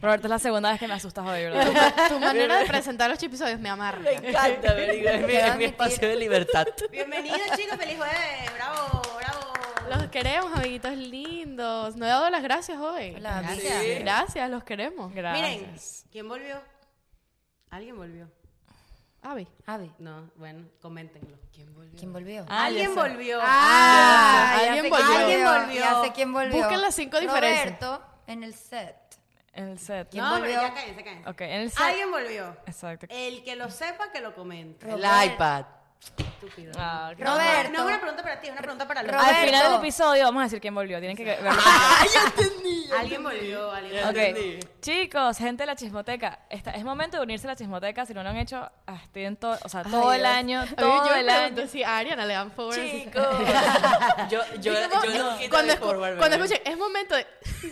Roberto, es la segunda vez que me asustas hoy, Tu, ¿verdad? ma- tu manera de presentar los episodios me amarga. Me encanta, Merigo, es Quiero mi, es mi admitir- espacio de libertad. Bienvenidos, chicos. Feliz jueves. Bravo, bravo. Los queremos, amiguitos lindos. No he dado las gracias hoy. Hola, gracias. amiga. Gracias, los queremos. Miren, ¿quién volvió? ¿Alguien volvió? Avi. Avi. No, bueno, coméntenlo. ¿Quién volvió? ¿Quién volvió? Ah, ya ¿Alguien sé. volvió? Ah, ya alguien sé volvió. quién Alguien volvió. Ah, Ya sé quién volvió. Busquen las cinco diferencias. Roberto en el set. En el set. ¿Quién no, hombre, volvió? ya cállense, cállense. Ok, en el set. ¿Alguien volvió? Exacto. eh, El que lo sepa, que lo comente. El Robert. iPad. Estúpido. Ah, ok. Roberto. No, no es una pregunta para ti, es una pregunta para Roberto. Al Roberto. final del episodio vamos a decir quién volvió. Tienen que verlo. Ah, Alguien volvió, alguien volvió. Ok. Chicos, gente de la chismoteca, esta- es momento de unirse a la chismoteca. Si no lo han hecho, ah, tienen todo, o sea, todo el año, Oye, todo yo me el año. pregunto si a Ariana le dan forward. así. Chicos. yo, yo, yo no quito cuando, de escu- forward, cuando ¿verdad? escuché, es momento de.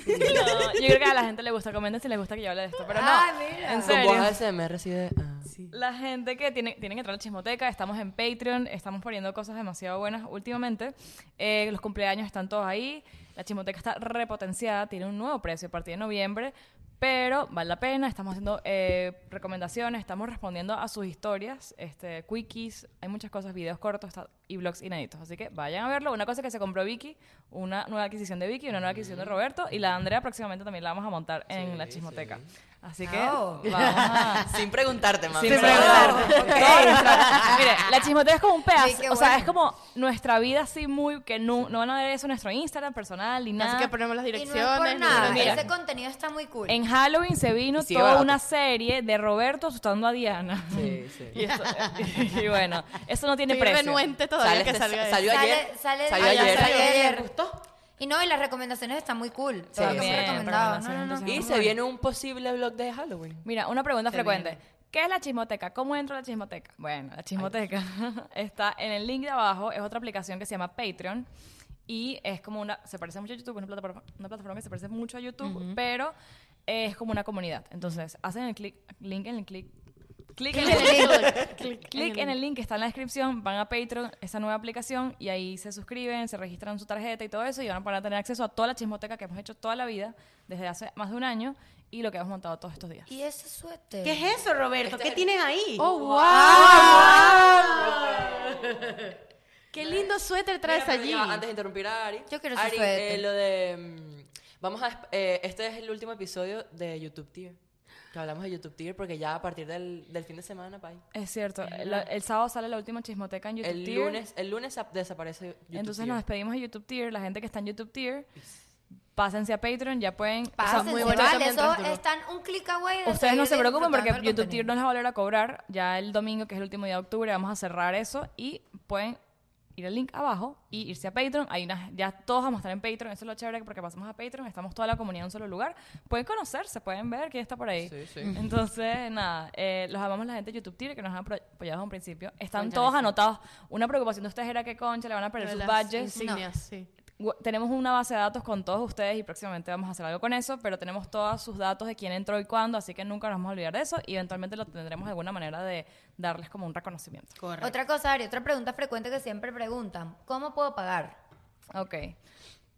No, yo creo que a la gente le gusta. Comenten si les gusta que yo hable de esto, pero no. Ah, mira. En Con serio. voz ASMR así de... ah. La gente que tiene, tienen que entrar a la chismoteca, estamos en Patreon, estamos poniendo cosas demasiado buenas últimamente. Eh, los cumpleaños están todos ahí. La chismoteca está repotenciada, tiene un nuevo precio a partir de noviembre, pero vale la pena. Estamos haciendo eh, recomendaciones, estamos respondiendo a sus historias, este, quickies, hay muchas cosas, videos cortos está- y blogs inéditos. Así que vayan a verlo. Una cosa que se compró Vicky, una nueva adquisición de Vicky, una nueva adquisición de Roberto y la de Andrea próximamente también la vamos a montar en la chismoteca. Así que Oh. vamos a... Sin preguntarte, mami. Sin Pero- preguntarte. Todo nuestra- Mire, la chismoteca es como un pedazo. Sí, qué O sea, bueno. es como nuestra vida así muy. que no, no van a ver eso en nuestro Instagram personal ni nada. Así que ponemos las Y no direcciones. es por nada. números. mira. Ese contenido está muy cool. En Halloween se vino Y sigue toda barato. una serie de Roberto asustando a Diana. Sí, sí. Y, eso- y bueno, eso no tiene Estoy precio. renuente todavía Sale que este- salga eso. salió Sale- ayer. sale- salió Ah, ya ayer. salió. ayer. ¿Te gustó? Y no, y las recomendaciones están muy cool. Todo lo que También, hemos recomendado. No, recomendaciones, no, no. entonces, Y vamos se a ver. viene un posible vlog de Halloween. Mira, una pregunta frecuente. ¿Qué es la chismoteca? ¿Cómo entro a la chismoteca? Bueno, la chismoteca está en el link de abajo, es otra aplicación que se llama Patreon y es como una, se parece mucho a YouTube, es una plataforma, una plataforma que se parece mucho a YouTube, pero eh, es como una comunidad. Entonces, hacen el clic, link en el clic. Clic en el link. Clic en el link que está en la descripción, van a Patreon, esa nueva aplicación, y ahí se suscriben, se registran su tarjeta y todo eso, y van a poder tener acceso a toda la chismoteca que hemos hecho toda la vida, desde hace más de un año, y lo que hemos montado todos estos días. Y ese suéter. ¿Qué es eso, Roberto? ¿Qué tienes ahí? ¡Oh, wow! ¡Qué lindo suéter traes Ah, Mira, pero allí! ya va, Antes de interrumpir a Ari. Yo quiero su Ari, suéter. eh, lo de... mm, Vamos a... eh, este es el último episodio de YouTube Tier. Que hablamos de YouTube Tier porque ya a partir del, del fin de semana, bye. Es cierto. El, el sábado sale la última chismoteca en YouTube El Tier. lunes, el lunes ap- desaparece YouTube entonces Tier. nos despedimos de YouTube Tier. La gente que está en YouTube Tier, pásense a Patreon. Ya pueden. o sea, Pásense, muy muy bueno. vale, Mientras eso duró. están un clic away de ustedes no seguir se preocupen porque disfrutando el YouTube Tier contenido. no les va a volver a cobrar. Ya el domingo, que es el último día de octubre, vamos a cerrar eso y pueden ir al link abajo y irse a Patreon. Hay unas, ya todos vamos a estar en Patreon. Eso es lo chévere porque pasamos a Patreon. Estamos toda la comunidad en un solo lugar. Pueden conocerse, pueden ver quién está por ahí. Sí, sí. Entonces, nada, eh, los amamos la gente de YouTube Tier que nos han apro- apoyado desde un principio. Están todos anotados. Una preocupación de ustedes era que concha, le van a perder Pero sus las badges. Insignias, sí. Gu- Tenemos una base de datos con todos ustedes y próximamente vamos a hacer algo con eso, pero tenemos todos sus datos de quién entró y cuándo, así que nunca nos vamos a olvidar de eso y eventualmente lo tendremos de alguna manera de darles como un reconocimiento. Correcto. Otra cosa, Ari, otra pregunta frecuente que siempre preguntan. ¿Cómo puedo pagar? Ok.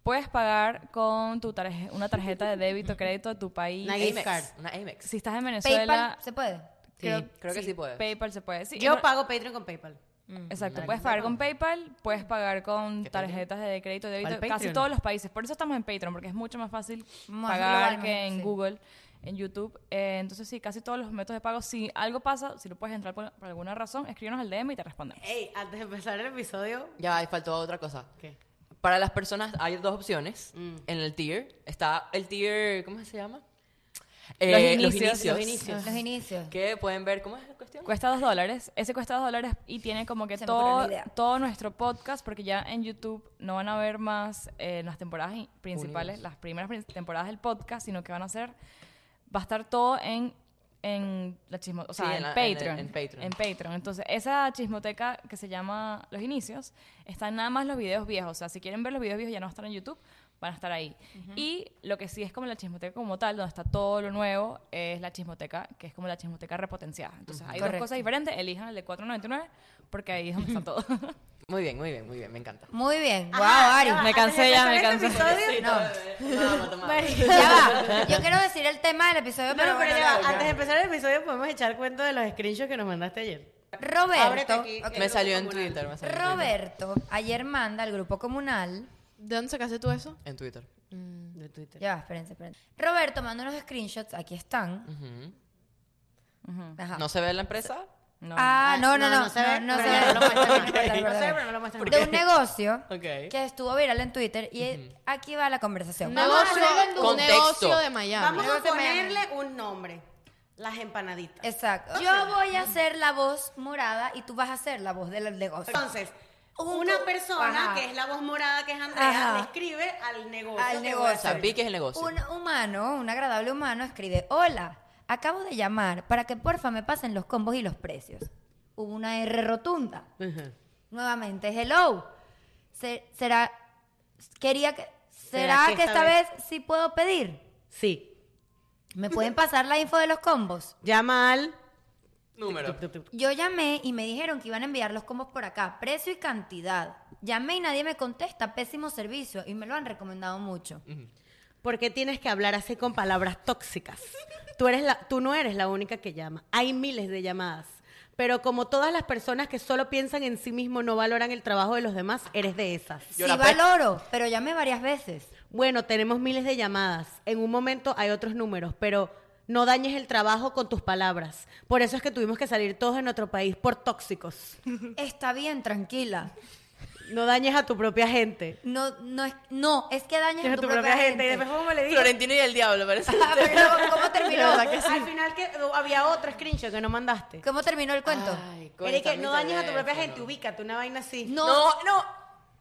Puedes pagar con tu tarje- una tarjeta de débito o crédito de tu país. Una gift card. Una Amex. Si estás en Venezuela, ¿PayPal se puede? Creo, creo que sí puedes. PayPal se puede decir. Yo pago Patreon con PayPal. Exacto, puedes pagar con PayPal, puedes pagar con tarjetas de crédito y débito, ¿Cuál casi Patreon? todos los países. Por eso estamos en Patreon, porque es mucho más fácil Más pagar que globalmente, en sí. Google, en YouTube. Eh, entonces, sí, casi todos los métodos de pago. Si algo pasa, si no puedes entrar por, por alguna razón, escríbenos al DM y te respondemos. Ey, antes de empezar el episodio... Ya, y faltó otra cosa. ¿Qué? Para las personas hay dos opciones en el tier. Está el tier, ¿cómo se llama? Eh, inicios. Los Los inicios. Los inicios. Que pueden ver, ¿cómo es la cuestión? Cuesta dos dólares. Ese cuesta dos dólares y tiene como que Se me ocurrió todo, una idea. todo nuestro podcast, porque ya en YouTube no van a ver más eh, las temporadas in- principales, Unidos. las primeras prin- temporadas del podcast, sino que van a ser. Va a estar todo en. En la chismo, o sea, Sí, en en, la- en el- Patreon, en Patreon. Patreon. Entonces, esa chismoteca que se llama Los Inicios, están nada más los videos viejos. O sea, si quieren ver los videos viejos ya no están en YouTube, van a estar ahí. Y lo que sí es como la chismoteca como tal, donde está todo lo nuevo, es la chismoteca, que es como la chismoteca repotenciada. Entonces, hay dos Correcto. cosas diferentes, elijan el de 4.99 porque ahí es donde está todo. Muy bien, muy bien, muy bien, me encanta. Muy bien. Wow, Ajá, Ari. ya va, Me antes de cansé ya, empezar me este cansé. episodio- No, Toma, toma. ya va. Yo quiero decir el tema del episodio, No, pero, no, pero bueno, ya va, no. Antes de empezar el episodio podemos echar cuento de los screenshots que nos mandaste ayer. Ábrete Roberto, aquí, ok. que Me salió en Grupo comunal. Twitter, me salió en Twitter. Roberto ayer manda al grupo comunal. ¿De dónde sacaste tú eso? Mm. En Twitter. De Twitter. Ya, va, espérense, espérense. Roberto manda unos screenshots, aquí están. Ujú. Ajá. ¿No se ve la empresa? No. ah, no, no, no, se ve, no, no pero se ya ve. no lo muestran, No importa, ok. perdón. No se ve, pero no lo muestran. De un negocio Ok. que estuvo viral en Twitter y aquí va la conversación. Vamos a Negocio, hacerlo en un Contexto. negocio de Miami. Vamos a Luego se me ponerle un nombre. Las empanaditas. Exacto. Yo voy a hacer la voz morada y tú vas a hacer la voz del negocio. Entonces, Un- una persona Ajá. que es la voz morada, que es Andrea, Ajá. le escribe al negocio. Al que voy a hacer. negocio. Zambique es el negocio. Un humano, un agradable humano escribe, hola, acabo de llamar para que porfa me pasen los combos y los precios. Hubo una R rotunda. Nuevamente, hello. Se- será, quería que, ¿será, que, esta vez... sí puedo pedir? Sí. ¿Me pueden pasar la info de los combos? Llama al. Número. Yo llamé y me dijeron que iban a enviar los combos por acá, precio y cantidad. Llamé y nadie me contesta, pésimo servicio y me lo han recomendado mucho. ¿Por qué tienes que hablar así con palabras tóxicas? Tú, eres la, tú no eres la única que llama. Hay miles de llamadas. Pero como todas las personas que solo piensan en sí mismo no valoran el trabajo de los demás, eres de esas. Sí Yo la pe- valoro, pero llamé varias veces. Bueno, tenemos miles de llamadas. En un momento hay otros números, pero no dañes el trabajo con tus palabras. Por eso es que tuvimos que salir todos de nuestro país por tóxicos. Está bien, tranquila. No dañes a tu propia gente. No, no es, no, es que dañas a tu, propia, gente. Y después, ¿cómo le dije? Florentino y el diablo, parece. Ah, pero luego, ¿cómo terminó? Al final que uh, había otro screenshot que no mandaste. ¿Cómo terminó el cuento? Ay, coño, Era que está no mi dañes a tu propia teléfono. gente, ubícate, una vaina así. no, No, no.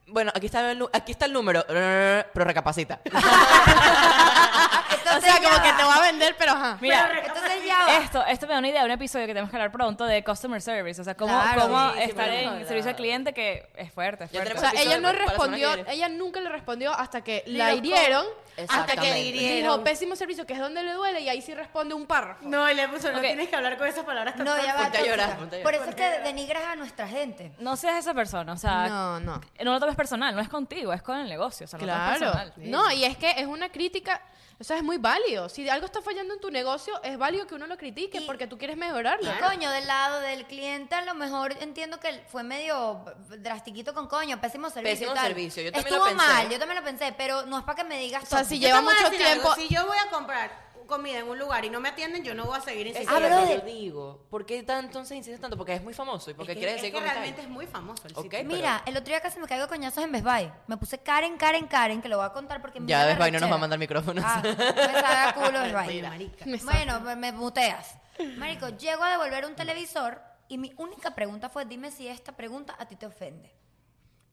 Bueno, aquí está el, nu- aquí está el número, pero recapacita. entonces O sea, ya como que va. te va a vender, pero ajá. Mira, Entonces ya va. Esto, esto me da una idea, un episodio que tenemos que hablar pronto de customer service, o sea, cómo, Claro. cómo Sí, sí, estar podemos en hablar. servicio al cliente que es fuerte, es Ya fuerte. O O sea, sea, tenemos ella no Para la semana que respondió, viene. ella nunca le respondió hasta que la Loco. hirieron, hasta que Exactamente. le Hirieron. dijo pésimo servicio, que es donde le duele, y ahí sí responde un párrafo. No, y le puso, no Ok. tienes que hablar con esas palabras tan No, ya tóxicas. va. Ponte a llorar, tóxica. ponte a llorar. Por eso es que denigras a nuestra gente. no seas esa persona, o sea, no. Ah, No, no. lo tomes personal, no es contigo, es con el negocio, o sea, no lo tomes Claro. personal. No, y es que es una crítica, o sea, es muy válido. Si algo está fallando en tu negocio, es válido que uno lo critique porque tú quieres mejorarlo. Y coño, del lado del cliente, a lo mejor entiendo que fue medio drastiquito con coño, pésimo servicio. y Pésimo tal. servicio, yo también lo Estuvo pensé. mal, yo también lo pensé, pero no es para que me digas O sea, tóxico. si Yo lleva te voy a mucho decir algo, tiempo. si yo voy a comprar comida en un lugar y no me atienden, yo no voy a seguir Es insistiendo. Ah, que brother. yo digo, ¿por qué tan- entonces insistes tanto? Porque es muy famoso y porque Es que- quieres es decir que cómo está realmente ahí. es muy famoso el Ok. sitio. Mira, el otro día casi me caigo a coñazos en Best Buy. Me puse Karen, Karen, Karen, que lo voy a contar porque me Ya da Best Buy no nos va arrechera. a mandar micrófonos. Ah, me sabe a culo Best Buy. Mira, marica. Bueno, me, me muteas. Marico, llego a devolver un televisor y mi única pregunta fue, dime si esta pregunta a ti te ofende.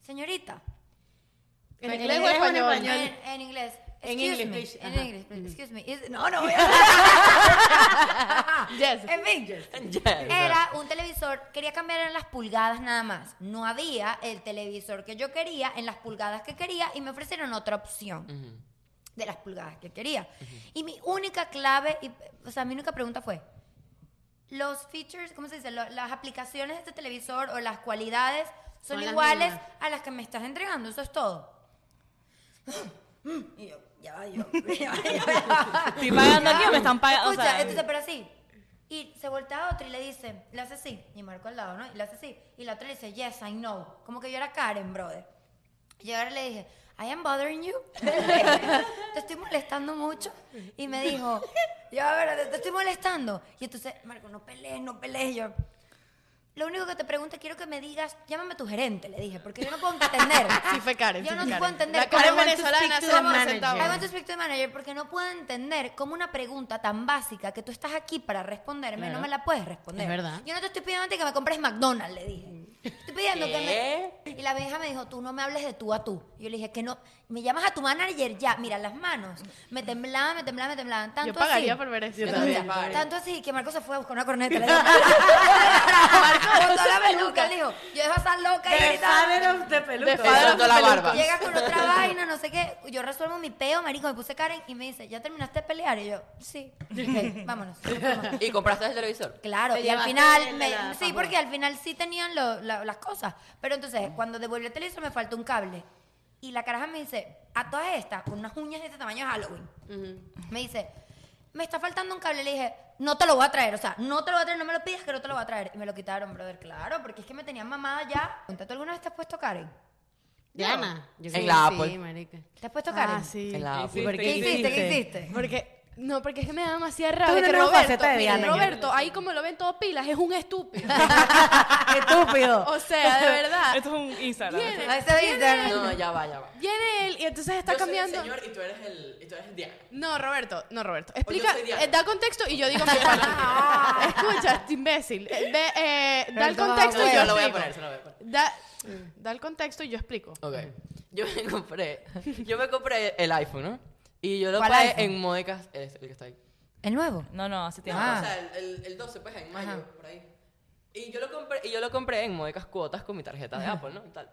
Señorita, En En inglés o inglés o en español. en, español. en inglés. En Excuse inglés, me, please. En Ajá. inglés, please. Excuse me. Is- no, no. voy a- Yes. En fin. Era un televisor, quería cambiar en las pulgadas nada más. No había el televisor que yo quería en las pulgadas que quería y me ofrecieron otra opción de las pulgadas que quería. Y mi única clave, y, o sea, mi única pregunta fue, los features, ¿cómo se dice? Lo- las aplicaciones de este televisor o las cualidades son, Son las iguales mismas. a las que me estás entregando, eso es todo. Y yo, ya va, yo, ya va, ya va, ya va. ¿Estoy pagando aquí o me están pagando? O Escucha, sea, entonces, pero así. Y se voltea a otra y le dice, le hace así. Y Marco al lado, ¿no? Y le hace así. Y la otra le dice, yes, I know. Como que yo era Karen, brother. Yo ahora le dije, I am bothering you. te estoy molestando mucho. Y me dijo, yo, a ver, te estoy molestando. Y entonces, Marco, no pelees, no pelees. Yo, lo único que te pregunto, quiero que me digas, llámame a tu gerente, le dije, porque yo no puedo entender. Sí fue Karen, Yo sí no fue Karen. te puedo entender. La Karen cómo- venezolana se I want to speak to- presentaba. I want to speak to the manager porque no puedo entender cómo una pregunta tan básica que tú estás aquí para responderme no me la puedes responder. Es verdad. Yo no te estoy pidiendo a ti que me compres McDonald's, le dije. Estoy pidiendo ¿Qué? que me... Y la vieja me dijo, tú no me hables de tú a tú. Y yo le dije, que no, me llamas a tu manager ya. Mira, las manos me temblaban, me temblaban, me temblaban. Tanto Yo pagaría así, por ver eso. Yo también. pagaría. tanto así que Marco se fue a buscar una corneta. Le digo, botó la peluca, él dijo, yo dejo a esa loca y De gritaba. father of the peluca. De father Excepto la barba. Llega con otra vaina, no sé qué. Yo resuelvo mi peo, marico. Me puse Karen y me dice, ¿ya terminaste de pelear? Y yo, sí. Ok, vámonos. nos fuimos. Y compraste el televisor. Claro, Te y al llevaste final, el- me- la- la sí, famosa. porque al final sí tenían lo- la- las cosas. Pero entonces, cuando devolví el televisor, me faltó un cable. Y la caraja me dice, a todas estas, con unas uñas de este tamaño de Halloween, me dice, me está faltando un cable. Le dije, no te lo voy a traer, o sea, no te lo voy a traer, no me lo pidas que no te lo voy a traer. Y me lo quitaron, brother, claro, porque es que me tenían mamada ya. Cuenta, ¿tú alguna vez te has puesto Karen? Diana. yo En creo la que sí, Apple. marica. ¿Te has puesto Karen? Ah, sí. En la- ¿Qué, hiciste? ¿Qué Este. hiciste? Porque, no, porque es que me da demasiada Esto rabia es una que nueva Roberto, faceta de mira, Diana, yo. Roberto, ahí como lo ven todo pilas, es un estúpido. Estúpido. o sea, de verdad. Esto es un Instagram. Viene, Ah, ese es Instagram. No, ya va, ya va. viene él y entonces está Yo soy el cambiando. señor y tú eres el, y tú eres el Diana. No, Roberto, no, Roberto. Explica, soy Diana. eh, da contexto y yo digo mi parte. Ah. Escucha, este imbécil. Eh, ve, eh, da el Roberto, contexto vamos, y yo Bueno, yo lo voy a explico. poner, se lo voy a poner. Da, da el contexto y yo explico. Ok. Yo me compré, yo me compré el iPhone, ¿no? Y yo lo ¿Cuál pagué iPhone? en Modecas, es el que está ahí. ¿El nuevo? No, no, hace tiempo. Ah. O sea, el, el, el 12, pues, en mayo, Ajá. por ahí. Y yo, lo compré, y yo lo compré en modecas cuotas con mi tarjeta de Apple, ¿no? Y tal.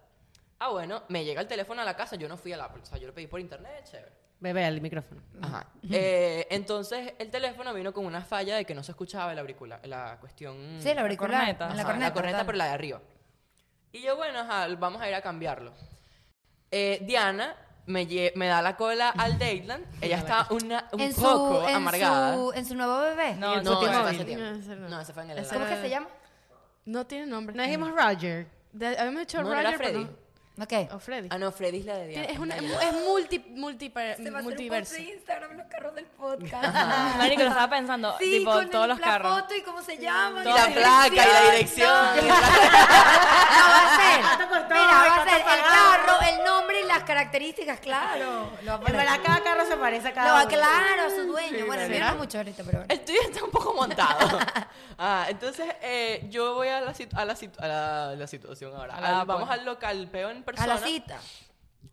Ah, bueno, me llega el teléfono a la casa, yo no fui al Apple, o sea, yo lo pedí por internet, chévere. Bebé, al micrófono. Ajá. Eh, entonces, el teléfono vino con una falla de que no se escuchaba el auricular, la cuestión... Sí, la auricular. corneta. en Ajá, La corneta, tal. pero la de arriba. Y yo, bueno, ajá, vamos a ir a cambiarlo. Eh, Diana me, lle- me da la cola al Dateland. Ella está una, un en su, poco en amargada. Su, en su nuevo bebé. No, no, No, ese fue no. hace tiempo. No, ese no. No, ese fue en el Ese ¿Cómo es que Eh, se llama? No tiene nombre. No dijimos Roger. De- Habíamos dicho No, era Roger, Freddy. pero Ok. no- o Freddy. Ah, no, Freddy es la de Diana. Tiene- es una, la de es Diana. multi, multi- multiverso. Instagram los carros del podcast. Marico, lo estaba pensando, tipo, con el- todos los la carros. foto y cómo se llama. Y la placa, y la dirección. y la- va a ser. ¿Cuánto costó? Mira, va a ¿Cuánto ser el pagaron? carro, el nombre y las características, claro. Lo va a En poner. verdad, cada carro se parece a Lo va- cada uno. claro, a su dueño. bueno, el mío ¿verdad? no mucho ahorita, pero bueno. El tuyo está un poco montado. Ah, entonces eh, yo voy a la, situ- a la, situ- a la, la situación ahora. A la Al- vamos cita. al local, peo en A persona. la cita.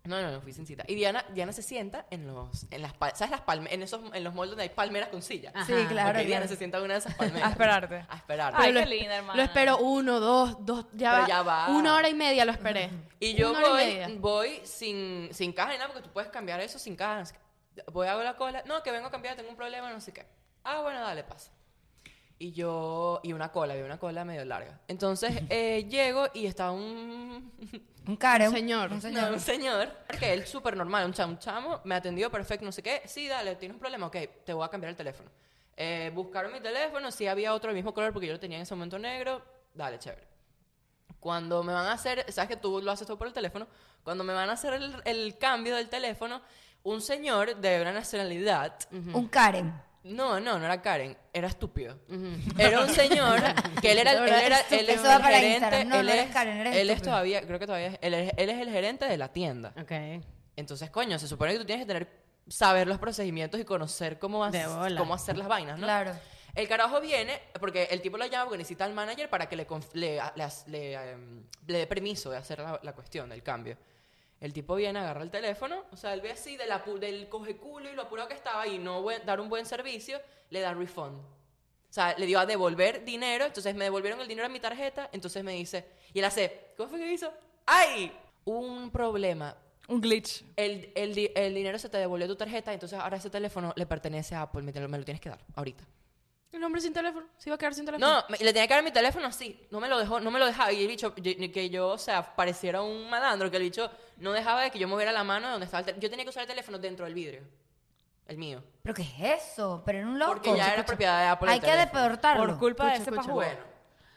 No, no, no fui sin cita. Y Diana, Diana se sienta en los, en las, pal- ¿sabes las palme- en esos, en los moldes donde hay palmeras con silla. Sí, Ajá. Ok, Ah, claro. Diana claro. se sienta en una de esas palmeras. A esperarte. A esperarte. Ay, Pero qué lo- linda, hermana. Lo espero uno, dos, dos, ya Pero va, ya va. Una hora y media lo esperé. y yo Una hora voy, media. voy sin, sin caja ni nada, porque tú puedes cambiar eso sin caja. no sé qué. Voy, hago la cola. No, que vengo a cambiar, tengo un problema, no sé qué. Ah, bueno, dale, pasa. Y yo, y una cola, había una cola medio larga. Entonces eh, llego y está un, Un caro. Un señor. Un No, señor. un señor. Que él súper normal, un chamo, un chamo, me atendió perfecto, no sé qué. Sí, dale, tienes un problema, ok, te voy a cambiar el teléfono. Eh, buscaron mi teléfono, sí había otro del mismo color porque yo lo tenía en ese momento negro. Dale, chévere. Cuando me van a hacer, sabes que tú lo haces todo por el teléfono, cuando me van a hacer el, el cambio del teléfono, un señor de una nacionalidad, Un Karen. no, no, no era Karen, era estúpido. Era un señor que él era, él era, él es Eso va el para gerente, Instagram. No, él no eres es, Karen, eres él es estúpido. todavía, creo que todavía es, él es, él es el gerente de la tienda. Ok. Entonces, coño, se supone que tú tienes que tener, saber los procedimientos y conocer cómo, vas- De bola. cómo hacer las vainas, ¿no? Claro. El carajo viene, porque el tipo lo llama porque necesita al manager para que le, conf- le, a- le as- le, em, le dé permiso de hacer la, la cuestión, el cambio. El tipo viene, agarra el teléfono, o sea, él ve así del, apu- del coge culo y lo apurado que estaba y no buen- dar un buen servicio, le da refund. O sea, le dio a devolver dinero, entonces me devolvieron el dinero a mi tarjeta, entonces me dice, y él hace, ¿cómo fue que hizo? ¡Ay! Un problema, Un glitch. el, el, di- el dinero se te devolvió a tu tarjeta, entonces ahora ese teléfono le pertenece a Apple, me, te lo, me lo tienes que dar ahorita. El hombre sin teléfono. Se iba a quedar sin teléfono. No, me- le tenía que dar mi teléfono así, no me lo dejó, no me lo dejaba. Y el bicho, y- que yo, o sea, pareciera un malandro, que el bicho no dejaba de que yo moviera la mano de donde estaba el teléfono. Yo tenía que usar el teléfono dentro del vidrio, el mío. ¿Pero qué es eso? Pero era un loco. Porque ya era propiedad de Apple. el Hay que teléfono. deportarlo. Por culpa de Escucha, ese escucha. pajugo. Bueno.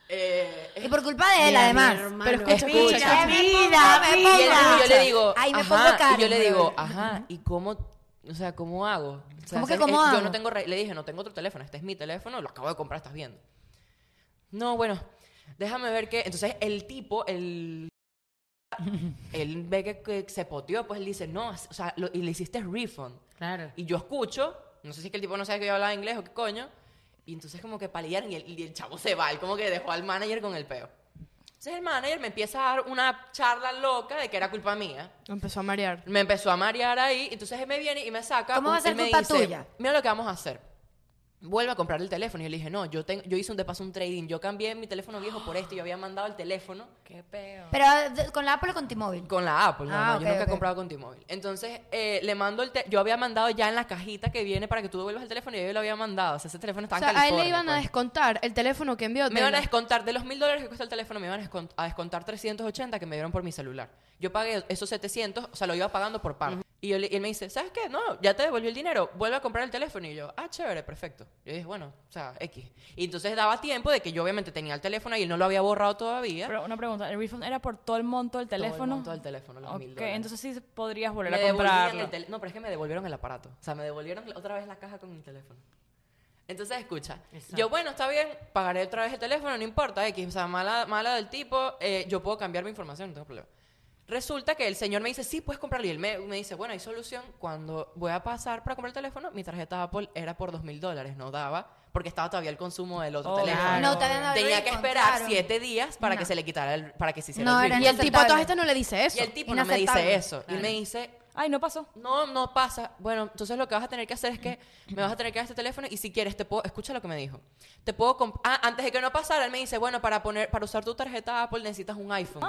eh, Y por culpa de él, Mira, además. mi hermano. Pero escucha, Mira, escucha. Mira, Me mira. pongo- Y, él- y yo le digo, Ahí me ajá, pongo Karen, y yo le brother. digo, ajá, ¿y cómo, o sea, cómo hago? O sea, ¿Cómo que ¿sabes? cómo Eh, hago? Yo no tengo, re- le dije, no tengo otro teléfono, este es mi teléfono, lo acabo de comprar, estás viendo. No, bueno, déjame ver qué. Entonces el tipo, el él ve que, que se poteó, pues él dice, no, o sea, lo- y le hiciste refund. Claro. Y yo escucho, no sé si es que el tipo no sabe que yo hablaba inglés o qué coño, y entonces como que palidearon y el, y el chavo se va, él como que dejó al manager con el peo. Entonces el manager me empieza a dar una charla loca de que era culpa mía. Empezó a marear. Me empezó a marear ahí, entonces él me viene y me saca. ¿Cómo va a ser él me culpa dice, tuya? Mira lo que vamos a hacer. vuelve a comprar el teléfono. Y yo le dije, no, yo, tengo, yo hice un de paso un trading. Yo cambié mi teléfono viejo por este. Yo había mandado el teléfono Qué peo. Pero de- con la Apple o con T-Mobile. con la Apple. No, Ah, no, ok, yo nunca ok. he comprado con T-Mobile. Entonces, eh, le mando el te- Yo había mandado ya en la cajita que viene para que tú devuelvas el teléfono. Y yo lo había mandado. O sea, ese teléfono O estaba sea, en a él California. le iban a pues. descontar el teléfono que envió. Me de van a la- descontar de los mil dólares que cuesta el teléfono, me van a, descont- a descontar 380 que me dieron por mi celular. Yo pagué esos 700, o sea, lo iba pagando por par. Y, yo le- y él me dice, ¿sabes qué? No, ya te devolvió el dinero, vuelve a comprar el teléfono. Y yo, ah, chévere, perfecto. Yo dije, bueno, o sea, X. Y entonces daba tiempo de que yo obviamente tenía el teléfono y él no lo había borrado todavía. Pero una pregunta, ¿el refund era por todo el monto del el teléfono? monto del teléfono, los Ok, 1000 dólares. entonces sí podrías Me volver a devolvían comprarlo. el tele- no, pero es que me devolvieron el aparato. O sea, me devolvieron otra vez la caja con mi teléfono. Entonces, escucha. Yo, bueno, está bien, pagaré otra vez el teléfono, no importa, X. O sea, mala, mala del tipo, eh, yo puedo cambiar mi información, no tengo problema. Resulta que el señor me dice, sí, puedes comprarlo. Y él me, me dice, bueno, hay solución. Cuando voy a pasar para comprar el teléfono, mi tarjeta Apple era por dos mil dólares, no daba, porque estaba todavía el consumo del otro Oh, teléfono. claro. No, todavía no lo Tenía que esperar encontraron. siete días para No. que se le quitara, el- para que se hiciera No, el era refund. Y el tipo a todas Inaceptable. estas no le dice eso. Y el tipo no me dice Inaceptable. eso. Y él me dice, Ay, no pasó. no, no pasa. Bueno, entonces lo que vas a tener que hacer es que me vas a tener que dar este teléfono y si quieres te puedo, escucha lo que me dijo. Te puedo comp- ah, antes de que no pasara, él me dice, bueno, para poner para usar tu tarjeta Apple necesitas un iPhone.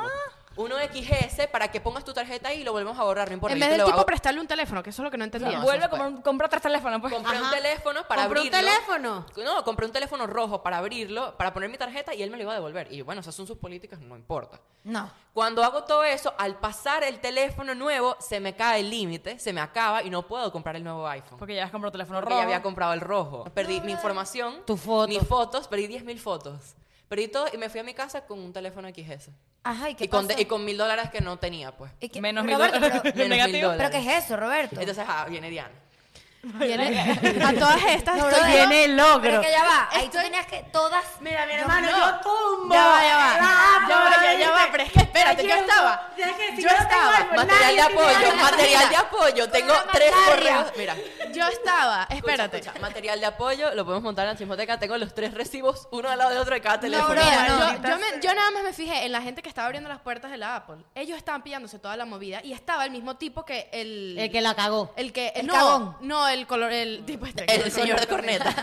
Uno XS para que pongas tu tarjeta ahí y lo volvemos a borrar, no importa. En yo vez te del lo tipo hago- prestarle un teléfono, que eso es lo que no entendía. No, Vuelve eso a comprar, un- comprar tres teléfonos, pues. Compré un Ajá. teléfono para ¿Compró un abrirlo. teléfono? No, compré un teléfono rojo para abrirlo, para poner mi tarjeta y él me lo iba a devolver. Y yo, bueno, esas son sus políticas, no importa. No. Cuando hago todo eso, al pasar el teléfono nuevo, se me cae el límite, se me acaba y no puedo comprar el nuevo iPhone. Porque ya has comprado teléfono Porque rojo. ya había comprado el rojo. Perdí mi información. Tu foto. Mis fotos, perdí 10.000 fotos. Perdí todo y me fui a mi casa con un teléfono XS. Ajá, ¿y qué Y con, de- pasó? y con mil dólares que no tenía, pues. ¿Y qué- Menos mil Roberto, dólares. pero- Menos mil Negativo. dólares. ¿Pero qué es eso, Roberto? Entonces, ah, viene Diana. Viene- a todas estas No, estoy- brother, Viene el logro. Pero que ya va. Ahí tú tenías que todas. Mira, mi Yo- hermano, no. yo tumbo. Ya va, ya va. Ah, Ya va, ya, ¿viste? ya va, pero es que espérate, yo llego. estaba. Ya que si Yo no tengo estaba. algo, Material nadie de tiene apoyo, nada. material de apoyo. Tengo una tres mandarria. correos. Mira. escucha, Yo estaba, espérate. escucha, material de apoyo, lo podemos montar en la chismoteca. Tengo los tres recibos, uno al lado de otro de cada No, teléfono. brother, mira, no. yo, yo me- yo nada más me fijé en la gente que estaba abriendo las puertas de la Apple. Ellos estaban pillándose toda la movida y estaba el mismo tipo que el. El que la cagó. El que. el no, cagón. no, el color. El tipo este. el señor de corneta.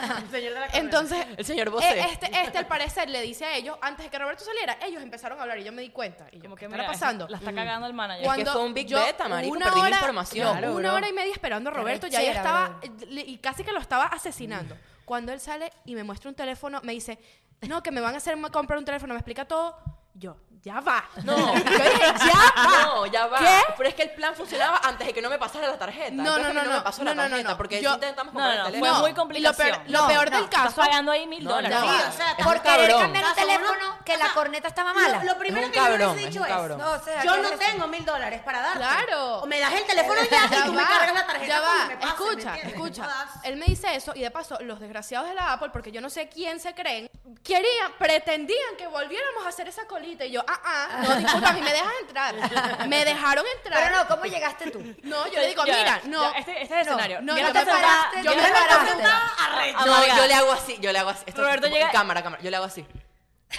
Entonces, El señor Bosé. eh, Este, este, al parecer, le dice a ellos, antes de que Roberto saliera, ellos empezaron a hablar y yo me di cuenta. Y yo, Como ¿qué que estará mira, pasando? La está cagando el manager. Cuando- fue un big beta, marico, una perdí mi hora- información. yo Claro, una bro. hora y media esperando a Qué Roberto, ya yo rechera, estaba, eh, y casi que lo estaba asesinando. Cuando él sale y me muestra un teléfono, me dice, no, que me van a hacer ma- comprar un teléfono, me explica todo. Yo, ya va. No, Yo dije, ya va. No, ya va. ¿Qué? Pero es que el plan funcionaba antes de que no me pasara la tarjeta. No, Entonces, no, a mí no, me no. pasó No, la no, no, tarjeta no. porque Yo- intentamos No, no, comprar no, el fue teléfono. muy Y lo peor, complicación. lo peor del Estás caso. pagando ahí mil No, dólares. ya Sí, va. o sea, Es un por querer cabrón. cambiar el Caso uno. teléfono, que la corneta estaba mala. Lo, lo primero un que yo cabrón, les es he un dicho es, cabrón. No, o sea, yo que- no tengo mil dólares para darte. Claro. O me das el teléfono ya, y tú me cargas la tarjeta. Ya cuando va, me pasen, ¿me escucha, entiendes? escucha. No jodas. Él me dice eso y de paso, los desgraciados de la Apple, porque yo no sé quién se creen, querían, pretendían que volviéramos a hacer esa colita y yo, ah, ah, no, disculpa, a mí me dejas entrar. Me dejaron entrar. Pero no, ¿cómo llegaste tú? No, yo le digo, Ya, mira, ya, no. este, este es el no, escenario. no, Ya yo te me sentaba- paraste, yo yo me me paraste. paraste. Sentaba arrecho. No, Amargada. yo le hago así, yo le hago así. Esto Roberto es- llega- Cámara, cámara, yo le hago así.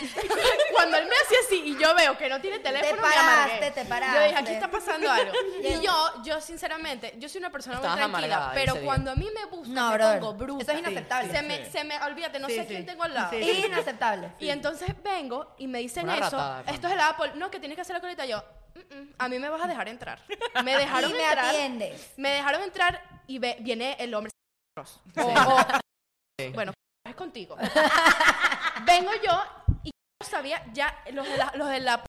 Cuando él me hace así y yo veo que no tiene teléfono, me paraste, amargué. te Yo dije, aquí paraste. está pasando algo. Y yo, yo sinceramente, yo soy una persona muy Estabas tranquila, amargada pero ese día. cuando a mí me buscan, No, me brother, pongo bruta. eso es inaceptable. Se me, se me, olvídate, no Sí, sé sí. quién tengo al lado. Sí. Inaceptable. Y entonces vengo y me dicen Una eso. ratada, hermano. esto es el Apple. No, que tienes que hacer la colita. Yo, "Mm, mm, a mí me vas a dejar entrar. Me dejaron Y me entrar. atiendes. Me dejaron entrar y ve- viene el hombre. O- o- Bueno, es contigo. vengo yo y yo sabía ya los de la, los de la, los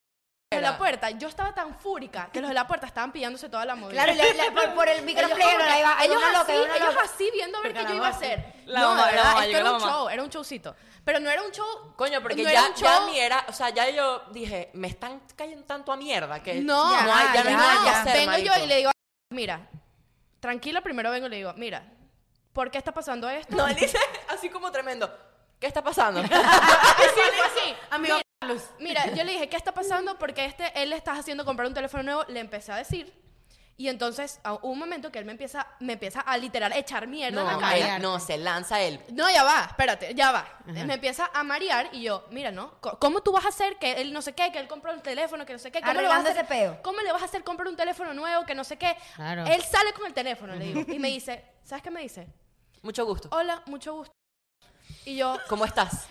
de la puerta. Yo estaba tan fúrica que los de la puerta estaban pillándose toda la movida. Claro, y le- le- por, por el Ellos, micrófono como que- ahí va. Hay ellos una loca, así, hay una ellos loca. así viendo a ver qué yo iba a hacer. La no, mamá, la de verdad, mamá, esto llegó era la un mamá. show, era un showcito. Pero no era un show. Coño, porque no era ya, un ya show- mi era, o sea, ya yo dije, me están cayendo tanto a mierda que No, no hay, ya no hay ya, nada que ya. hacer, vengo marico. yo y le digo, mira, tranquila, primero vengo y le digo, mira, ¿por qué está pasando esto? No, él dice así como tremendo, ¿qué está pasando? así, así. Amigo, Mira, yo le dije, ¿qué está pasando? Porque este, él le estás haciendo comprar un teléfono nuevo, le empecé a decir. Y entonces, a un momento que él me empieza, me empieza a literal echar mierda en No, la cara. él- no, se lanza él. No, ya va, espérate, ya va. Me empieza a marear y yo, mira, ¿no? Co- ¿Cómo tú vas a hacer que él no sé qué, que él compró un teléfono, que no sé qué? ¿Cómo le vas a Arreglando hacer, ese peo. ¿Cómo le vas a hacer comprar un teléfono nuevo, que no sé qué? Claro. Él sale con el teléfono, le digo, y me dice, ¿sabes qué me dice? Mucho gusto. Hola, mucho gusto. Y yo, ¿Cómo estás?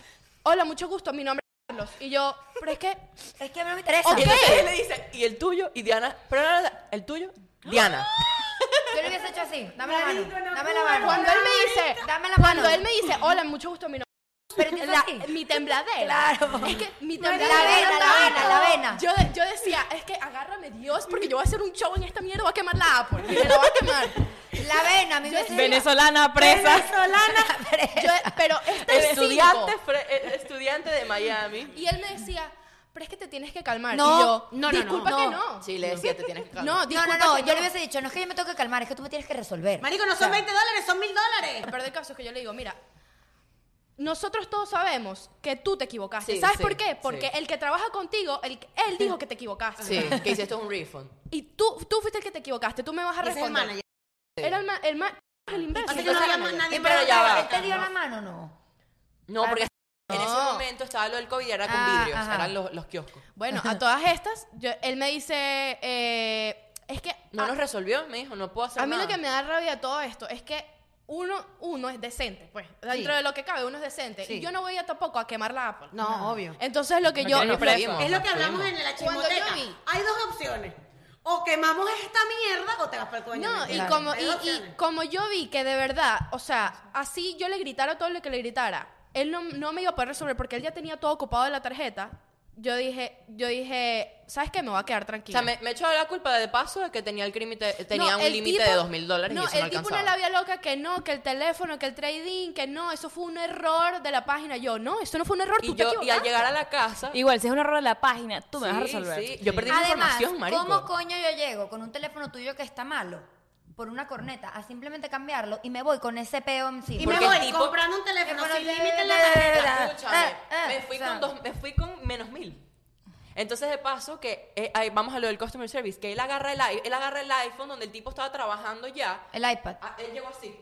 hola, mucho gusto, mi nombre es Carlos. Y yo, pero es que Es que a mí no me interesa. Y entonces él le dice, ¿y el tuyo? Y Diana, pero no, no, no, el tuyo, Diana. Yo lo hubiese hecho así. Dame la mano. Marito, no Dame la puedo. mano. cuando él me dice, Dame la cuando mano. él me dice, hola, mucho gusto, mi nombre Pero te hizo La- así. mi tembladera. Claro. Es que mi No era tembladera. la vena, era la tanto. vena, la vena. Yo, de- yo decía, es que agárrame Dios, porque yo voy a hacer un show en esta mierda, voy a quemar la Apple. Y me la voy a quemar. La vena, mi Venezolana presa. Yo- pero este es Estudiante, cinco. fre- eh, estudiante de Miami. Y él me decía, pero es que te tienes que calmar. No, y yo, no, no, no. disculpa que no. Sí, le decía, te tienes que calmar. No, No, disculpa no, no. que Yo le hubiese dicho, no es que yo me tengo que calmar, es que tú me tienes que resolver. Marico, no son 20 dólares, son mil dólares. Pero el caso es que yo le digo, mira, nosotros todos sabemos que tú te equivocaste. Sí, ¿Sabes sí, por qué? Porque sí. el que trabaja contigo, el, él dijo que te equivocaste. Sí, que hice esto es un refund. Y tú, tú fuiste el que te equivocaste, tú me vas a Ese es el responder. manager. Era el, ma- el, ma- el imbécil. O sea que no había más Este nadie Y para pero ya va. ¿Él te dio la mano o no? No, porque en ese Ah, No. momento estaba lo del COVID y era con Ah, vidrios, ajá. eran los, los kioscos. Bueno, a todas estas, yo- él me dice, eh, es que No a, nos resolvió, me dijo, no puedo hacer a mí nada. lo que me da rabia de todo esto es que uno, uno es decente, pues, dentro de lo que cabe, uno es decente. Sí. Y yo no voy a tampoco a quemar la Apple. No, obvio. Entonces lo que No yo... quiero ni lo- preso. Es lo que Nos hablamos fuimos. en la Cuando yo chismoteca. vi- Hay dos opciones. O quemamos esta mierda o te vas para el coño. No, y Claro. como, Hay y, dos y opciones. como yo vi que de verdad, o sea, así yo le gritara todo lo que le gritara, él no, no me iba a poder resolver porque él ya tenía todo ocupado de la tarjeta. Yo dije, yo dije, ¿sabes qué? Me voy a quedar O tranquila. sea, me, me echó la culpa de paso de que tenía, el crímite- eh, tenía No, un el límite tipo- de dos mil dólares No, y eso el no tipo alcanzaba. una labia loca que no, que el teléfono, que el trading, que no, eso fue un error de la página. Yo, no, eso no fue un error, tú y, te yo, y al equivocaste. llegar a la casa... Igual, si es un error de la página, tú me vas a Sí, resolver. sí, Yo perdí mi Además, información, marico. ¿cómo coño yo llego con un teléfono tuyo que está malo? Por una corneta, a simplemente cambiarlo y me voy con ese peo encima. Y porque me el voy tipo- comprando un teléfono Teléfono sin de- límite en la de- de- de- de- tarjeta. Escúchame, Ah, ah, me, fui o sea. con dos, me fui con menos mil. Entonces, de paso, que eh, ahí vamos a lo del customer service, que él agarra el, i- él agarra el iPhone donde el tipo estaba trabajando ya. El iPad. Ah, él llegó así.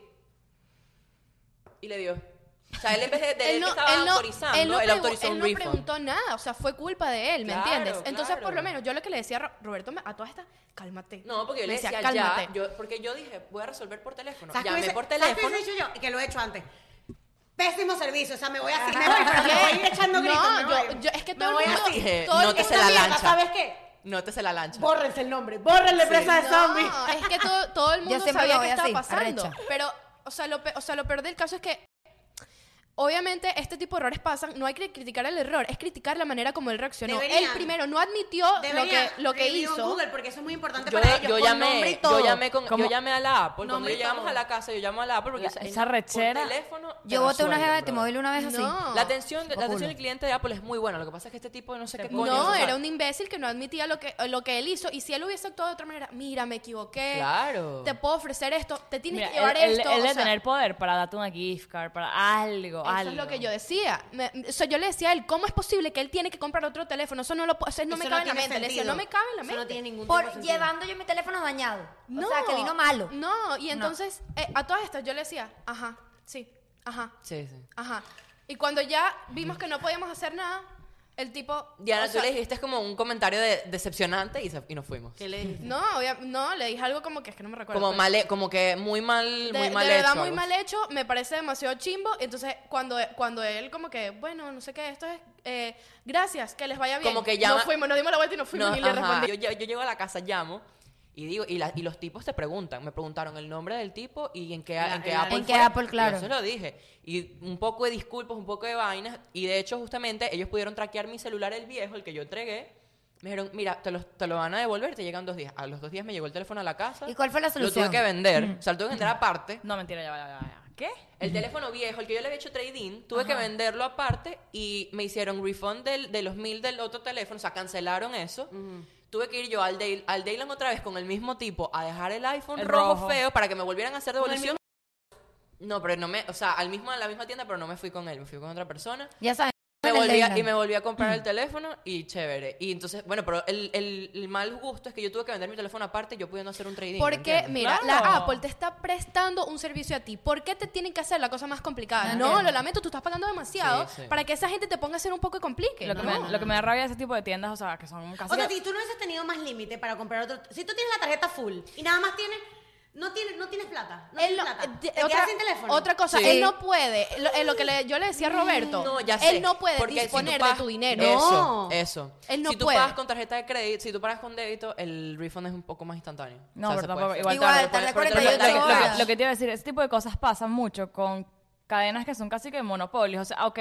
Y le dio. O sea, él en vez de, de él que estaba él no- autorizando, él, él no pregu- autorizó él un no refund. preguntó nada, o sea, fue culpa de él, ¿me Claro, entiendes? Entonces, por claro. lo menos, yo lo que le decía a Ro- Roberto me- a todas estas, cálmate. No, porque Me yo le decía, cálmate. ya, yo- porque yo dije, voy a resolver por teléfono. ¿Sabes qué Llamé hubiese- por ¿sabes qué teléfono. hubiese dicho yo? Que lo he hecho antes. Pésimo servicio, o sea, me voy así, me voy, pero me voy echando No, gritos. me yo- voy. yo- es que Me todo el voy mundo- así. Dije, todo el no te mundo se la Mierda, lancha. ¿Sabes qué? No te se la lancha. Bórrense el nombre, bórrenle presa de No, zombies. es que todo, todo el Yo mundo siempre sabía lo que voy estaba así, pasando. arrecha. Pero, o sea, lo, pe- o sea, lo peor del caso es que, obviamente, este tipo de errores pasan. No hay que criticar el error, es criticar la manera como él reaccionó. Deberían. Él primero no admitió Deberían lo que, lo que review en hizo. Google porque eso es muy importante yo, para ellos. yo con nombre y llamé, todo. yo llamé con, yo ¿Cómo? llamé a la Apple. Cuando Nombre y llegamos todo. a la casa, yo llamo a la Apple porque La- esa- esa por rechera. teléfono te Yo boté una resuelven, jeva de brother. T-Mobile una vez así. No. La atención, de, la Ojo, atención culo. del cliente de Apple es muy buena. Lo que pasa es que este tipo no sé qué coño. No, o sea, era un imbécil que no admitía lo que, lo que él hizo. Y si él hubiese actuado de otra manera, mira, me equivoqué. Claro. Te puedo ofrecer esto, te tienes Mira, que llevar él, él- esto. él o de sea, tener poder para darte una gift card, para algo, Eso algo. es lo que yo decía. Me- o sea, yo le decía a él, ¿cómo es posible que él tiene que comprar otro teléfono? Eso no lo puedo, o sea, no Eso me cabe en la tiene mente. Le decía, sentido. no me cabe en la Eso mente. no tiene ningún tipo de Por sentido. llevando yo mi teléfono dañado. O sea, que vino malo. No, y entonces eh, a todas estas yo le decía, ajá, sí, ajá, Sí, sí. ajá. Y cuando ya vimos que no podíamos hacer nada, el tipo... Diana, o tú sea, le dijiste como un comentario de- decepcionante y, se- y nos fuimos. ¿Qué le dije? No, obvia- no, le dije algo como que es que no me recuerdo. Como pero- mal, he- como que muy mal, de, muy mal de verdad hecho, muy algo mal hecho me parece demasiado chimbo entonces cuando cuando él como que bueno no sé qué esto es eh, gracias que les vaya bien Como que llama- nos fuimos nos dimos la vuelta y nos fuimos No, y le ajá. respondí Yo, yo- yo llego a la casa, llamo y digo y, la- y los tipos te preguntan, me preguntaron el nombre del tipo y en qué, La- en qué el- Apple en qué fue. Apple, Y claro. Yo se lo dije y un poco de disculpas, un poco de vainas y de hecho justamente ellos pudieron traquear mi celular el viejo, el que yo entregué. Me dijeron, mira, te lo, te lo van a devolver, te llegan dos días. A los dos días me llegó el teléfono a la casa. ¿Y cuál fue la Lo solución? Mm. tuve que vender. O sea, lo tuve que vender aparte. No, mentira, ya va, ya va, ya va. ¿Qué? El teléfono viejo, el que yo le había hecho trading, tuve que venderlo aparte y me hicieron refund del- de los mil del otro teléfono, o sea, cancelaron eso. Tuve que ir yo al, Dale- al Dayland otra vez con el mismo tipo a dejar el iPhone El rojo, rojo. feo para que me volvieran a hacer devolución. No, pero no me, o sea, al mismo, a la misma tienda, pero no me fui con él, me fui con otra persona. Ya saben. Me en el volví a- Leyland. y me volví a comprar el teléfono y chévere. Y entonces, bueno, pero el, el- el mal gusto es que yo tuve que vender mi teléfono aparte, yo pudiendo hacer un trading. ¿me porque entiendes? mira Claro. la Apple te está prestando un servicio a ti ¿por qué te tienen que hacer la cosa más complicada? No no entiendo. lo lamento tú estás pagando demasiado Sí, sí. para que esa gente te ponga a hacer un poco de complique Lo que, me, No. lo que me da rabia de ese tipo de tiendas, o sea, que son casi. O sea, que- si tú no hubieses tenido más límite para comprar otro... Si tú tienes la tarjeta full y nada más tienes No tienes, no tienes plata. No Él tienes no- eh, plata. de- Te otra, quedas sin teléfono. otra cosa, Sí. él no puede, lo, eh, lo que le- yo le decía a Roberto, No, ya sé. él no puede porque si tú disponer de pagas- tu dinero. No. Eso, eso. Él no si tú puede. pagas con tarjeta de crédito, si tú pagas con débito, el refund es un poco más instantáneo. No, se pero puede tampoco- hacer. igual Igual, tarde, tarde por- por- 48 lo que- lo que- horas. Lo que te iba a decir, ese tipo de cosas pasan mucho con cadenas que son casi que monopolios. O sea, ok,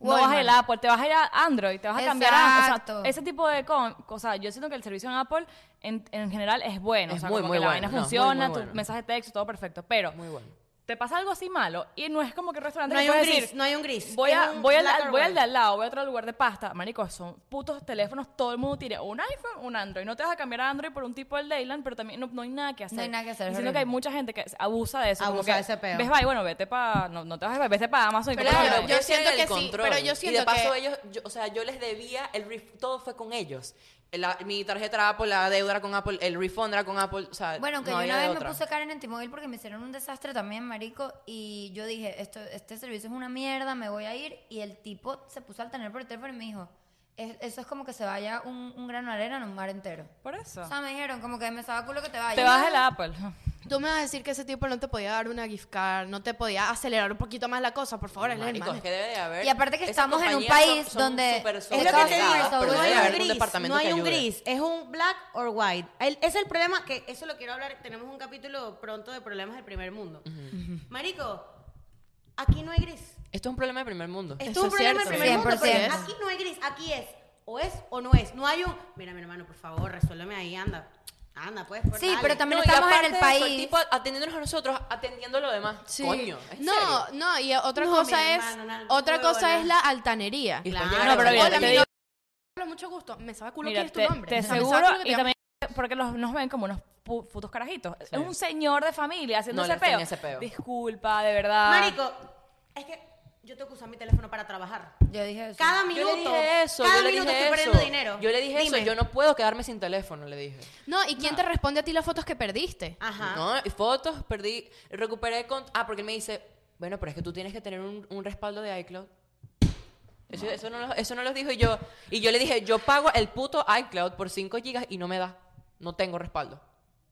no vas a Walmart. ir a Apple, te vas a ir a Android, te vas a cambiar a... O Exacto. sea, ese tipo de cosas. Yo siento que el servicio en Apple en, en general es bueno. Es o sea, muy, como muy que la bueno, vaina no, funciona, muy, muy tu bueno. mensaje de texto, todo perfecto. Pero Muy bueno. te pasa algo así malo y no es como que el restaurante No que hay un puedes gris, decir, no hay un gris. Voy, Es a- un voy, al, black al- or voy al de white. al lado, voy a otro lugar de pasta. Marico, son putos teléfonos, todo el mundo tiene un iPhone, un Android. No te vas a cambiar a Android por un tipo del Dayland, pero también no, no hay nada que hacer. No hay nada que hacer, es Y siento horrible. que hay mucha gente que abusa de eso. como Abusa que de ese peo. Ves, bye, bueno, vete para. No, no te vas a Best Buy, vete para Amazon y Pero compras claro, algo. yo ellos tienen siento el que sí, control. pero yo y siento de paso que- ellos, yo- o sea, yo les debía el ref- todo fue con ellos. La- mi tarjeta era Apple, la deuda era con Apple, el refund era con Apple, o sea, Bueno, aunque no yo había una de vez me otra. puse Karen en T-Mobile porque me hicieron un desastre también, marico, y yo dije, esto, este servicio es una mierda, me voy a ir, y el tipo se puso al tener por el teléfono y me dijo, "Es- eso es como que se vaya un, un grano de arena en un mar entero. Por eso. O sea, me dijeron, como que me estaba culo que te vayas. te vas de la Apple. Tú me vas a decir que ese tipo no te podía dar una gift card, no te podía acelerar un poquito más la cosa, por favor, es la Marico, es hermana. que debe de haber. Y aparte que esas estamos en un compañías son- país son donde- súper Es Es lo que te sobrecargadas, Exacto, digo, pero no debe hay haber un un gris, departamento no que hay un ayude. gris, es un black or white. El- es el problema que eso lo quiero hablar, tenemos un capítulo pronto de problemas del primer mundo. Marico, aquí no hay gris. Esto es un problema de primer mundo. Esto Eso es un es problema del cierto. primer mundo, pero 100%. aquí no hay gris, aquí es o es o no es. No hay un, mira mi hermano, por favor, resuélveme ahí, anda. Anda, pues. por- Sí, dale". pero también No, y estamos en aparte el de eso, país. tipo atendiéndonos a nosotros, atendiendo a lo demás. Sí. Coño, ¿en no, serio? no, y otra No, mi cosa es hermano, no, otra huevo, cosa no. es la altanería. Y Claro. después llegan No, a pero la mira, familia. Hola, te mi digo- novio, mucho gusto. Me sabe culo Mira, quién es tu te, nombre. te O sea, me sabe aseguro culo que y te- también porque los, nos ven como unos pu- putos carajitos. Es un señor de familia haciendo No, ese, les tenía peo. ese peo. Disculpa, de verdad. Marico, es que yo tengo que usar mi teléfono para trabajar. Yo dije eso. Cada Yo minuto, le dije eso, cada yo le minuto dije estoy eso. perdiendo dinero. Yo le dije Dime. eso, yo no puedo quedarme sin teléfono, le dije. No, ¿y quién te responde a ti las fotos que perdiste? Ajá. No, y fotos, perdí, recuperé con... Ah, porque él me dice, bueno, pero es que tú tienes que tener un, un respaldo de iCloud. Eso no. Eso, no lo, eso no lo dijo y yo, y yo le dije, yo pago el puto iCloud por 5 gigas y no me da, no tengo respaldo.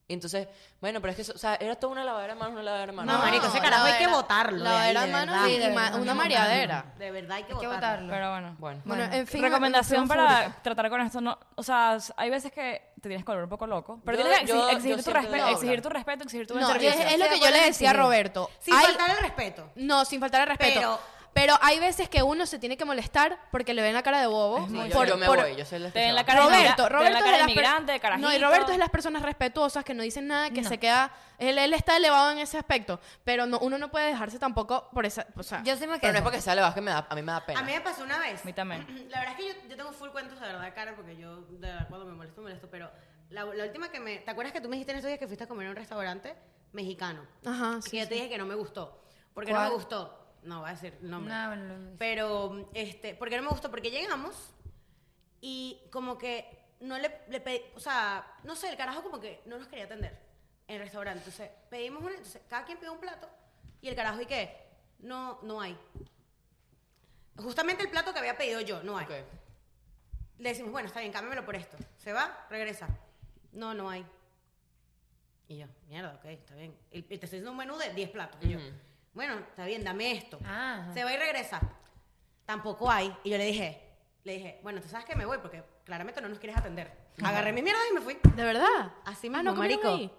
Y entonces, bueno, pero es que, eso- o sea, era toda una lavadera de manos, una lavadera de manos. No, marico, ese carajo hay que botarlo de La ahí, lavadera de de manos verdad. y Sí, de ma- verdad, una no, mareadera. De verdad hay que Hay que votarlo. votarlo. Pero bueno. Bueno, Bueno, Bueno, en fin. Recomendación educación para pública. tratar con esto. No, o sea, s- hay veces que te tienes que volver un poco loco. Pero Yo- tienes que exi- yo- yo exigir, tu siempre respeto, lo exigir hablo. tu respeto, exigir tu buen No, servicio. es, es lo que yo le acuerdo en decía a exigir. Roberto. Sin Hay- faltar el respeto. No, sin faltar el respeto. Pero- Pero, hay veces que uno se tiene que molestar porque le ven la cara de bobo. Sí, yo- por- yo me por- voy, yo soy el Te ven la desgraciado. cara Roberto, de, te ven Roberto la cara es de de las per- migrante, de carajito. No, y Roberto es de las personas respetuosas que no dicen nada, que se queda. Él, él está elevado en ese aspecto. Pero no, uno no puede dejarse tampoco por esa. O sea, Yo sí me Pero no quedé. es porque sea elevado, que me da, a mí me da pena. A mí me pasó una vez. A mí también. La verdad es que yo, yo tengo full cuentos de verdad, Karen, porque yo de verdad cuando me molesto, me molesto. Pero la, la última que me. ¿Te acuerdas que tú me dijiste en esos días que fuiste a comer a un restaurante mexicano? Ajá, que sí. yo te dije que no me gustó. ¿Por qué no ¿Cuál? me gustó? No, voy a decir el nombre. No, pues. no, no. Pero, este, ¿por qué no me gustó? Porque llegamos y como que no le, le pedí, o sea, no sé, el carajo como que no nos quería atender en el restaurante. Entonces, pedimos un, entonces, cada quien pidió un plato y el carajo, ¿y qué? No, no hay. Justamente el plato que había pedido yo, no hay. Ok. Le decimos, bueno, está bien, cámbiamelo por esto. Se va, regresa. No, no hay. Y yo, mierda, ok, está bien. Y y te estoy haciendo un menú de 10 platos. Y yo, Ujú. bueno, está bien, dame esto. Ah, ajá. Se va y regresa. Tampoco hay. Y yo le dije, le dije, bueno, tú sabes que me voy porque claramente no nos quieres atender. Agarré mis mierdas y me fui. ¿De verdad? Así Ah, mismo, no, marico. marico.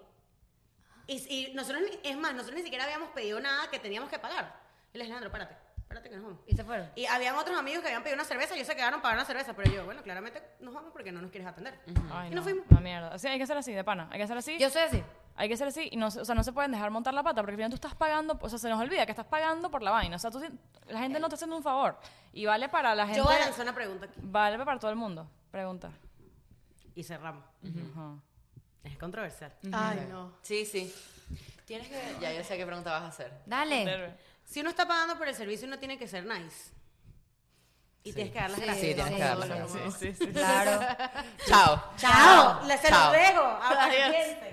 Y, y nosotros, ni- es más, nosotros ni siquiera habíamos pedido nada que teníamos que pagar. Y le dije, Leandro, párate, párate que nos vamos. Y se fueron. Y habían otros amigos que habían pedido una cerveza, ellos se quedaron para una cerveza, pero yo, bueno, claramente nos vamos porque no nos quieres atender. Ay, Y no, nos fuimos. no, mierda. O sea, hay que ser así, de pana. Hay que ser así. Yo soy así. Hay que ser así. Y no, se- o sea, no se pueden dejar montar la pata porque al final tú estás pagando. O sea, se nos olvida que estás pagando por la vaina. O sea, tú, si- la gente no te está haciendo un favor. Y vale para la gente. Yo voy a lanzar una pregunta aquí Vale para todo el mundo. Pregunta. y cerramos. Ajá. Es controversial. Ay, no. Sí, sí. Tienes que... Ya, yo sé qué pregunta vas a hacer. Eh, Dale. Si uno está pagando por el servicio, uno tiene que ser nice. Y tienes que dar las Sí, gracias. Sí, tienes que darle. sí, sí. Claro. Chao. Chao. La- Se Chao. los dejo. A la audiencia.